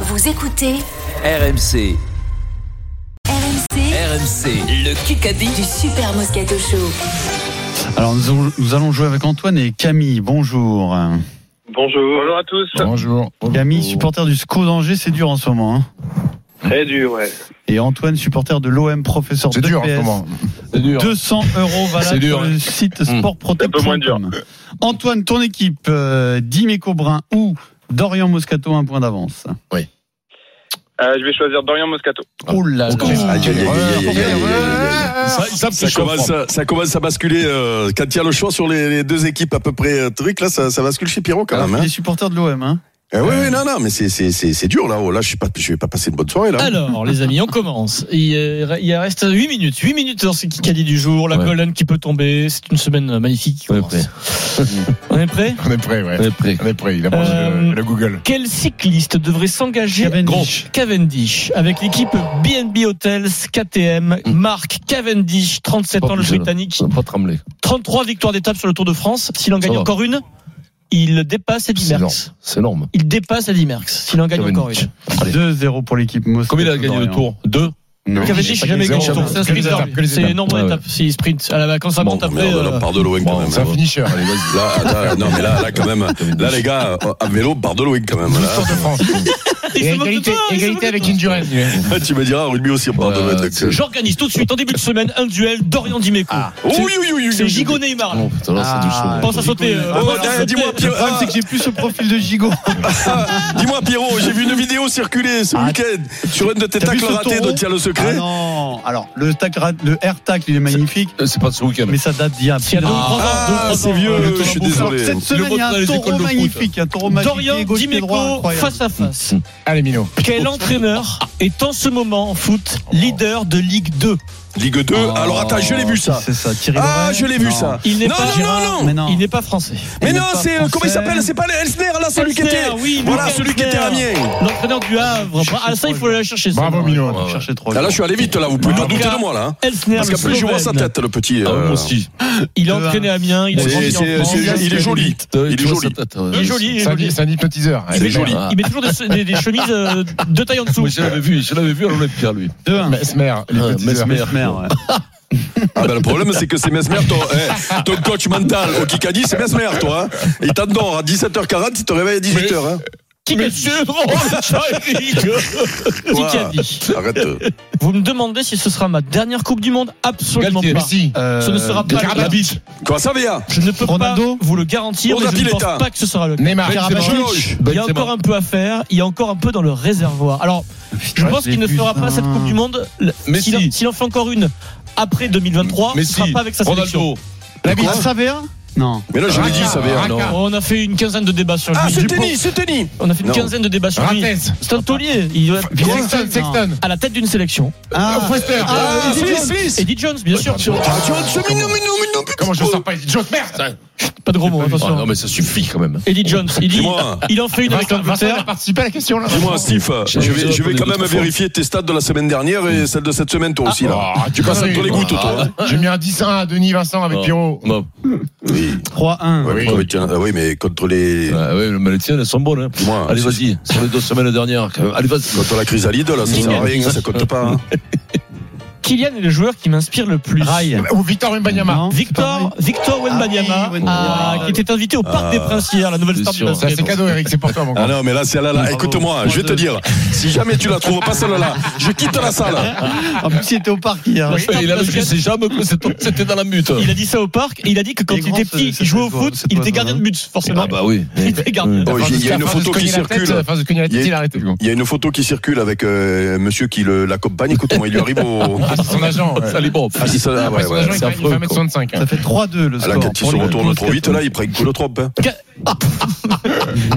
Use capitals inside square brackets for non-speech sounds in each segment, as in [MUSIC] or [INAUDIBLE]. Vous écoutez RMC, RMC, RMC, le Kikadi. du Super Moscato Show. Alors nous, allons- nous allons jouer avec Antoine et Camille. Bonjour. Bonjour. Bonjour à tous. Bonjour. Camille, supporter du SCO d'Angers, c'est dur en ce moment. hein. Très dur, ouais. Et Antoine, supporter de l'OM, professeur de C'est dur en ce PS. moment. C'est dur. [LAUGHS] 200 euros C'est valable dur, Mmh. sur le site Un peu moins dur. sportprotect.com. Antoine, ton équipe, euh, Dimeco Brun ou Dorian Moscato, un point d'avance. Euh, je vais choisir Dorian Moscato. Oh là On Ah, commence. Ah, Aïe, aïe, aïe, aïe, aïe, aïe, aïe, aïe. Ça, ils savent que ça, commence, à- ça commence à basculer. euh, quand il y a le choix sur les, les deux équipes à peu près euh, truc, là, ça, ça bascule chez Pierrot quand Alors, même. Il Hein. est supporter de l'OM. Hein. Eh oui, oui, non, non, mais c'est, c'est, c'est, c'est dur là-haut. Là, je suis pas, je vais pas passer une bonne soirée là. Hein Ah, Alors, les amis, on commence. Il, euh, il reste 8 minutes. 8 minutes dans ce Kikadi du jour. La Ouais. colonne qui peut tomber. C'est une semaine magnifique. qui On est commence. on est prêt On est prêt, ouais. On est prêt. Il a mangé Euh, le, le Google. Quel cycliste devrait s'engager Cavendish. Gros. Cavendish avec l'équipe BNB Hotels KTM Marc Cavendish 37 ans le britannique Mm. pas trembler. 33 victoires d'étape sur le Tour de France s'il en gagne va. encore une il dépasse Eddy C'est énorme. Merckx C'est énorme. il dépasse Eddy Merckx s'il en gagne Cavendish. encore une Allez. 2-0 pour l'équipe Moscato. Dorian. Deux. Non. Cavendish Il jamais a gagné zéro. le Tour. Ça, C'est c'est les énorme. étapes, que les C'est étapes. énorme hein, Ah ouais. étape. S'il sprint, à la, quand ça monte après. merde, euh, [LAUGHS] alors, part de l'OM quand Bon, même. c'est un hein. finisher. Allez, vas-y. Là, là, non, mais là, là, quand même, là, les gars, euh, à vélo, part de l'OM quand [LAUGHS] même. Tour Là. de France. il se moque de toi, il se moque de toi. Indurance. tu me diras, en rugby aussi, part de l'OM. Ouais, donc, c'est- euh, J'organise tout de suite en début de semaine un duel Dorian Dimeco. Ah. Oh, oui, oui, oui, oui. C'est Gigot Neymar. là. Ah, Pense à sauter. euh, Ah, pense ouais, à ouais, sauter. dis-moi, Le Pierre, problème, c'est que j'ai plus ce profil de [LAUGHS] gigot. ah, dis-moi, Pierrot, j'ai vu une vidéo circuler ce Ah, week-end sur une de tes t'as vu tacles ce ratées taureau dont il y a le Ah secret. non, alors le, tac, le air tac, il est magnifique, Euh, C'est pas de ce week-end. mais ça date d'il y a Il y a deux ou trois ans, deux ou Ah, trois c'est ans. vieux, Euh, je suis désolé. Cette semaine, Le il y a vote dans un les taureau écoles de foot. magnifique, un taureau magique. Dorian gauche, pied droit, Dimeco incroyable. face à face. Mm. Allez, Mino. Quel entraîneur est en ce moment en foot leader de Ligue 2 Ligue 2, alors attends, je l'ai vu ça. C'est ça, Thierry Ah, Loret. je l'ai Non. vu ça. Il n'est Non, pas non, Gérard, non, non. Mais non. Il n'est pas français. Mais Il non, est pas c'est. euh, Comment il français. s'appelle C'est pas le Elsner, là, celui qui était. Elsner, oui, Voilà, Lucas celui qui était Elsner. Amiens. L'entraîneur du Havre. Ah, ça, il faut aller la chercher. ça. Bravo, Mino. On va chercher trois. Ah, là, je suis allé vite, là, vous pouvez pas douter Lucas de moi, là. hein. Elsner, Parce le qu'après, je vois sa Slovène. tête, le petit. euh, Il est Deux, entraîné un. à Amiens, il a C'est- grandi c'est- en France. c'est- il est joli. Il est joli. Il est joli, il est C'est un- joli. c'est un hypnotiseur. C'est Ouais. joli. Ah. Il met toujours des, des- des chemises euh, de taille en dessous. vu, je l'avais vu à l'Olympia, lui. 2-1. Euh, Mesmer, l'hypnotiseur. Mesmer, ouais. Ah, ben, le problème, c'est que c'est Mesmer, ton, eh, ton coach mental au Kikadi, c'est Mesmer, toi. hein. Il t'endort à 17h40, il te réveille à 18h. hein. Qui Monsieur [LAUGHS] Ouah, Qui a dit Arrête. euh. Vous me demandez si ce sera ma dernière Coupe du Monde Absolument pas. Messi. Euh, Ce ne sera pas le cas. Karabatic. Comment ça, Véa Je ne peux Ronaldo pas vous le garantir, mais Rosa je ne pense Pileta. pas que ce sera le cas. Neymar. Je Karabatic. loge. Il y a encore un peu à faire, il y a encore un peu dans le réservoir. Alors, je pense j'ai qu'il ne vu fera pas ça. cette Coupe du Monde. Mais S'il si. s'il en fait encore une après 2023, ce ne sera pas avec sa sélection. Ah, Savea Non. Mais là, je l'ai dit, ça, Véa, non. On a fait une quinzaine de débats sur lui. Ah, c'est Je pense- Tenny, c'est Tenny. On a fait une Non. quinzaine de débats sur lui. Rates. C'est un taulier. Il doit être Sexton, Sexton. à la tête d'une sélection. Ah, Foster. Ah, Eddie Smith, Jones. Smith. Eddie Jones, bien sûr. Ah, tu vois, tu fais, mais non, mais non, mais non, putain. Ah. Comment je sors pas Jones, merde Pas de gros mots, Ah, attention. non, mais ça suffit quand même. Eddie Jones, il, dit- Dis-moi. il en fait une avec Vincent, Vincent, il a l'Angleterre. participé à la question là. Dis-moi, Steve, je J'ai vais, besoin je vais de quand même deux, trois vérifier tes stats de la semaine dernière et celles de cette semaine, toi aussi. Là. Ah, tu passes entre les gouttes, toi. hein. J'ai mis un 10-1 à Denis Vincent avec Ah. Pierrot. Non, Oui. 3-1. Ouais, mais tiens, ah oui, mais contre les. Ah, ouais, mais les tiennes, elles sont bonnes. hein. Moi, Allez, Ah, c'est- vas-y, sur les deux semaines dernières. quand même. Allez, vas-y. Contre la chrysalide, là, ça sert à rien, hein, ça compte pas. hein. Kylian est le joueur qui m'inspire le plus. Rail. Ou Victor Mbanyama. Non, Ah, c'est pas Victor, vrai. Victor Wembanyama, Ah oui, Wembanyama. ah, qui était invité au Parc des Princes hier, la nouvelle C'est star du sûr. Ça, basket. c'est cadeau, Eric, c'est pour toi, mon Ah gars. non, mais là, c'est là, là. Bravo. Écoute-moi, je vais te dire. Si jamais tu la trouves pas, celle-là, je quitte la salle. En plus, il était au parc hier. Oui. Il a levé ses jambes, que c'est- c'était dans la mute. Il a dit ça au parc et il a dit que quand Et il grand, était c'est- petit, c'est il jouait au toi, foot, c'est il toi, était toi, gardien de but, forcément. Ah, bah oui. Il était gardien. Oh, j'ai- il y a une photo qui circule. Enfin, de cogner la tête, il a arrêté. le gars. Il y a une photo qui circule avec euh, monsieur qui le- l'accompagne. Écoute-moi, il lui arrive au. Ah, c'est son agent. [LAUGHS] ouais. Ça, les bon. Ah, si ça, ah, ouais, Après, son ouais. agent, il c'est fait- il affreux, fait 1m65. hein. Ça fait 3-2 le Ah, score. là, quand il Pour se les retourne trop vite, là, il prend une coup de trompe. hein.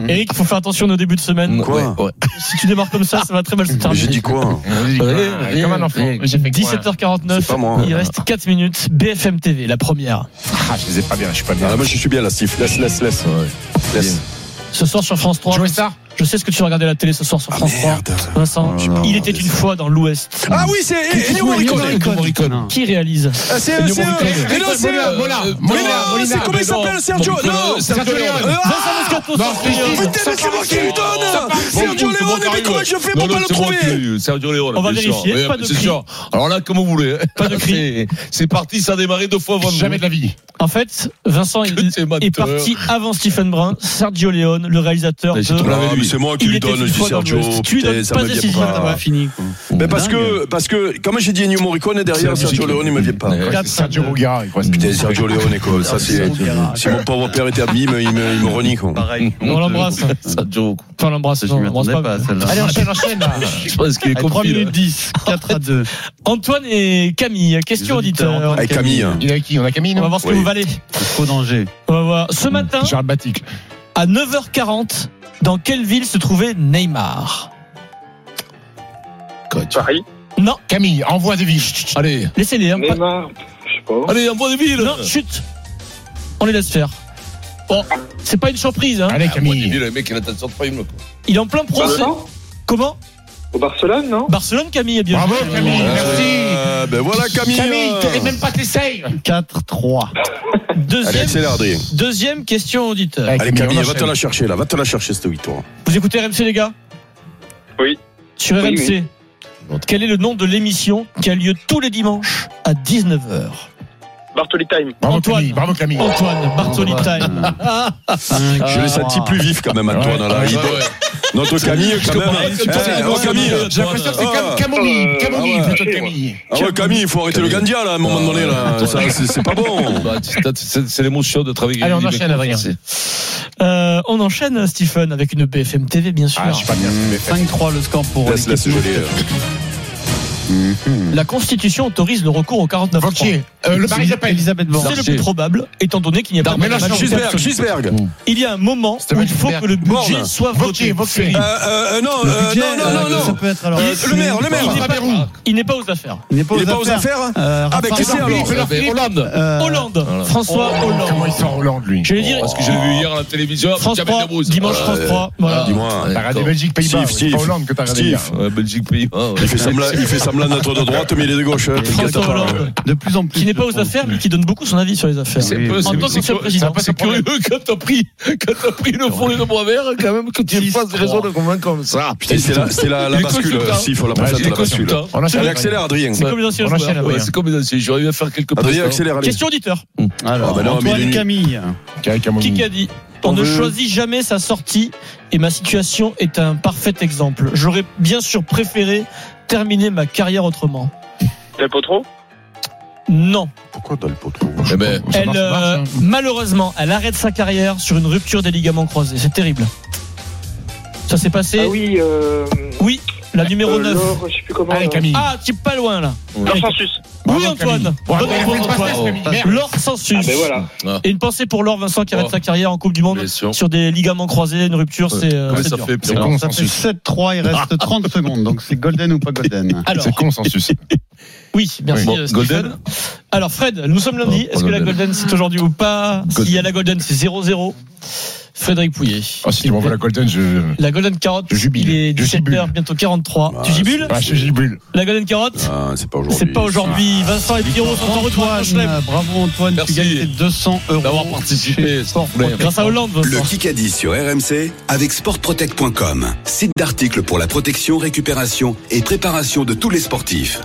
Eric, il faut faire attention au début de Mm. semaine. Quoi Ouais, ouais. Si tu démarres comme ça, ça va très mal se Mais J'ai terminer. dit quoi hein Il dit, Ouais, Ah, Comme un enfant. ouais. J'ai fait quoi, là 17h49, C'est pas moi. hein. il reste 4 minutes. BFM TV, la première. Ah, je les ai pas bien, je suis pas Ah, bien. Moi, je suis bien là, Steve. Laisse, laisse, laisse. Ouais. Laisse. Ce soir sur France 3. Joey Star Je sais ce que tu regardais à la télé ce soir sur France 3. Vincent, Ah, Oh là là, il était une fois dans l'Ouest. Ah oui, c'est eh, Ennio Morricone. Qui réalise Ah, c'est c'est- Mais non, c'est Mollard, Mollard, Mais non, c'est comment il s'appelle Sergio Non Sergio Leone. Ah, Moscato non, sur c'est Skyrock. Steve. Putain, mais c'est moi qui lui donne Sergio Leone, mais comment je fais pour pas le trouver Sergio Leone. On va bien sûr. vérifier, Ouais, pas mais de C'est cri. sûr. Alors là, comme vous voulez. hein. Pas de cri. [LAUGHS] C'est- C'est parti, ça a démarré deux fois avant nous. Jamais de la vie. En fait, Vincent il Que t'es est menteur. parti avant Stephen Brun, Sergio Leone, le réalisateur Mais de. j'ai trouvé Ah, mais C'est moi qui Il lui était donne, une je dis fois dans Sergio. le West. Tu lui Putain, donnes ça pas me de vient décision, pas. t'as pas Fini. Mais parce Dingue. que, parce que, comme j'ai dit Ennio Morricone, derrière C'est la Sergio musique. Leone, il me vient pas. Ouais. Cap, Sergio Bouguera, il croit. Putain, Sergio Leone, quoi. Ça, c'est. Si mon pauvre père était habillé, il me, il me, il me renie, quoi. Pareil. On l'embrasse. Enfin, Sergio, on l'embrasse. Je non, on m'y l'embrasse attendais pas à celle-là. Allez, enchaîne, enchaîne. là. je pense qu'il est Allez, 3 compris. là. minutes 10, 4 à 2. Antoine et Camille, question Les auditeurs, auditeur. Antoine. Avec Camille. hein. Il a qui On a Camille, On va non voir ce que Oui. vous valez. Trop danger. On va voir. Ce matin, Charles Batic. à 9h40, dans quelle ville se trouvait Neymar Paris. Non, Camille, envoie des vies. Allez, laissez-les. hein, pas- Neymar. Je sais pas. allez, envoie des villes. Non, chut. On les laisse faire. Bon, c'est pas une surprise. Hein. Allez, Des Camille. villes, le mec, il attend son prime. quoi. Il est en plein procès. Comment Au Barcelone, non Barcelone, Camille, a bien Bravo, joué. Camille. Merci. Euh, ben voilà, Camille. Camille, euh. t'aurais même pas tes saves. 4, 3. Allez, Deuxième, accélère, Adrien. deuxième question auditeur. Allez, Camille, va te la chercher, là. Va te la chercher, cette victoire. Vous écoutez RMC, les gars Oui. Sur RMC, Oui, quel est le nom de l'émission qui a lieu tous les dimanches à 19h Bartoli Time. Bravo, Antoine. Camille. Bravo, Camille. Antoine, Ah, Bartoli Time. Ah. Je l'ai senti plus vif, quand même, Antoine, Ah, là. Il- Notre Camille, quand même. Eh, oh, Camille. J'ai l'impression que c'est Ah. comme Camomille. Camomille, Ah ouais. plutôt que Camille. Ah ouais, Camille, il faut arrêter le Gandia, là, à un moment donné, là. Ça, c'est c'est pas bon. Bah, c'est- C'est c'est l'émotion de travailler. Allez, on avec des enchaîne, mecs Adrien. français. Euh, on enchaîne, Stephen, avec une BFM TV, bien sûr. Ah, je suis pas bien. 5-3 le score pour Laisse, laisse l'équipe. geler. euh. La Constitution autorise le recours au 49 Vautier. Euh, Le Paris appelle. Elisabeth Borne. C'est le plus Darcher. probable, étant donné qu'il n'y a pas de Darmanin, majorité Schusberg, absolue. Schusberg. Il y a un moment où vrai, il faut Schusberg. que le budget Borne. soit Vautier, voté. Vautier. Euh, euh, non, Le euh, budget, non, non, non, euh, Ça non. peut être alors. Le maire, le Il n'est maire. pas- Bayrou. Il n'est pas aux affaires. Il n'est pas Il est pas aux affaires Euh, Ah, ben, Raphaël qui c'est, alors Avec Hollande. Euh, Hollande, voilà. François Oh, Comment Hollande. il sort Hollande, lui Je vais dire Parce que je l'ai vu hier à la télévision. France Kamel 3, Debbouze. dimanche Euh, France 3. Voilà. Dis-moi. Ouais, T'as regardé d'accord. Belgique, Pays-Bas. Steve, C'est pas Steve. Hollande que t'as regardé. hier. Steve. Ouais, Belgique pays. hein, ouais. Il fait semblant, il fait semblant d'être de droite, mais il est de gauche. hein. T'inquiète François pas. Hollande, De plus en plus. qui n'est pas je aux trouve. affaires, mais qui donne beaucoup son avis sur les affaires. C'est Oui, peu, oui, c'est- En tant c'est- qu'ancien c'est- président. [LAUGHS] c'est curieux quand t'as pris, quand t'as pris le fond de bois vert, quand même, que tu Six, fasses des trois. raisons de convaincre comme ça. Ah, Putain, c'est la, c'est la, la Il est bascule. consultant. Si, il faut la Ouais, passer il est la bascule. consultant. On enchaîne. Allez, accélère, Adrien. C'est comme les anciens On enchaîne joueurs. après. Ouais, c'est comme dans ces j'aurais dû faire quelques Adrien, passes, hein. accélère, allez. Question auditeur. Alors, Ah, bah non, mais Antoine il est et nul. Camille. Avec Camomille. Qui a dit On On ne veut- choisit jamais sa sortie et ma situation est un parfait exemple. J'aurais bien sûr préféré terminer ma carrière autrement. Del Potro Non. Pourquoi dans le poteau Eh ben, Ça Elle, marche, ça euh, marche, hein. malheureusement, elle arrête sa carrière sur une rupture des ligaments croisés. C'est terrible. Ça s'est passé. oui, euh. Oui, la numéro 9. je sais plus comment. euh, Allez, Camille. Ah, tu es pas loin là. Laure Sansus. oui, Antoine. Bravo, Bonne Camille. réponse, Bravo, Antoine. Camille. Merde. Laure Sansus. Ah, ben voilà. Et une pensée pour Laure Vincent qui arrête Oh. sa carrière en Coupe du Monde blessure. sur des ligaments croisés, une rupture, c'est euh, Comment c'est ça dur. fait, C'est Pierre Ça fait consensus. 7-3, il reste 30 secondes. Donc, c'est golden ou pas golden Alors, C'est [LAUGHS] consensus. oui, merci Bon, euh, Stephen. Golden Alors Fred, nous sommes lundi. Oh, Est-ce que la Golden. Golden c'est aujourd'hui ou pas Golden. S'il y a la Golden, c'est 0-0. Frédéric Pouillet. Ah, si tu m'envoies la Golden, je. La Golden Carotte, Je jubile. il est Je jubile. 17h, bientôt 43. Bah, tu gibules Ah, je gibule. La Golden Carotte Ah, c'est pas aujourd'hui. C'est pas aujourd'hui. Vincent et Pierrot sont en retour à Chelem. Antoine, bravo Antoine, Merci. tu gagnes tes 200 euros. d'avoir participé. s'il vous plaît. Grâce à Hollande, Le Vincent. Kikadi sur RMC avec sportprotect.com, site d'articles pour la protection, récupération et préparation de tous les sportifs.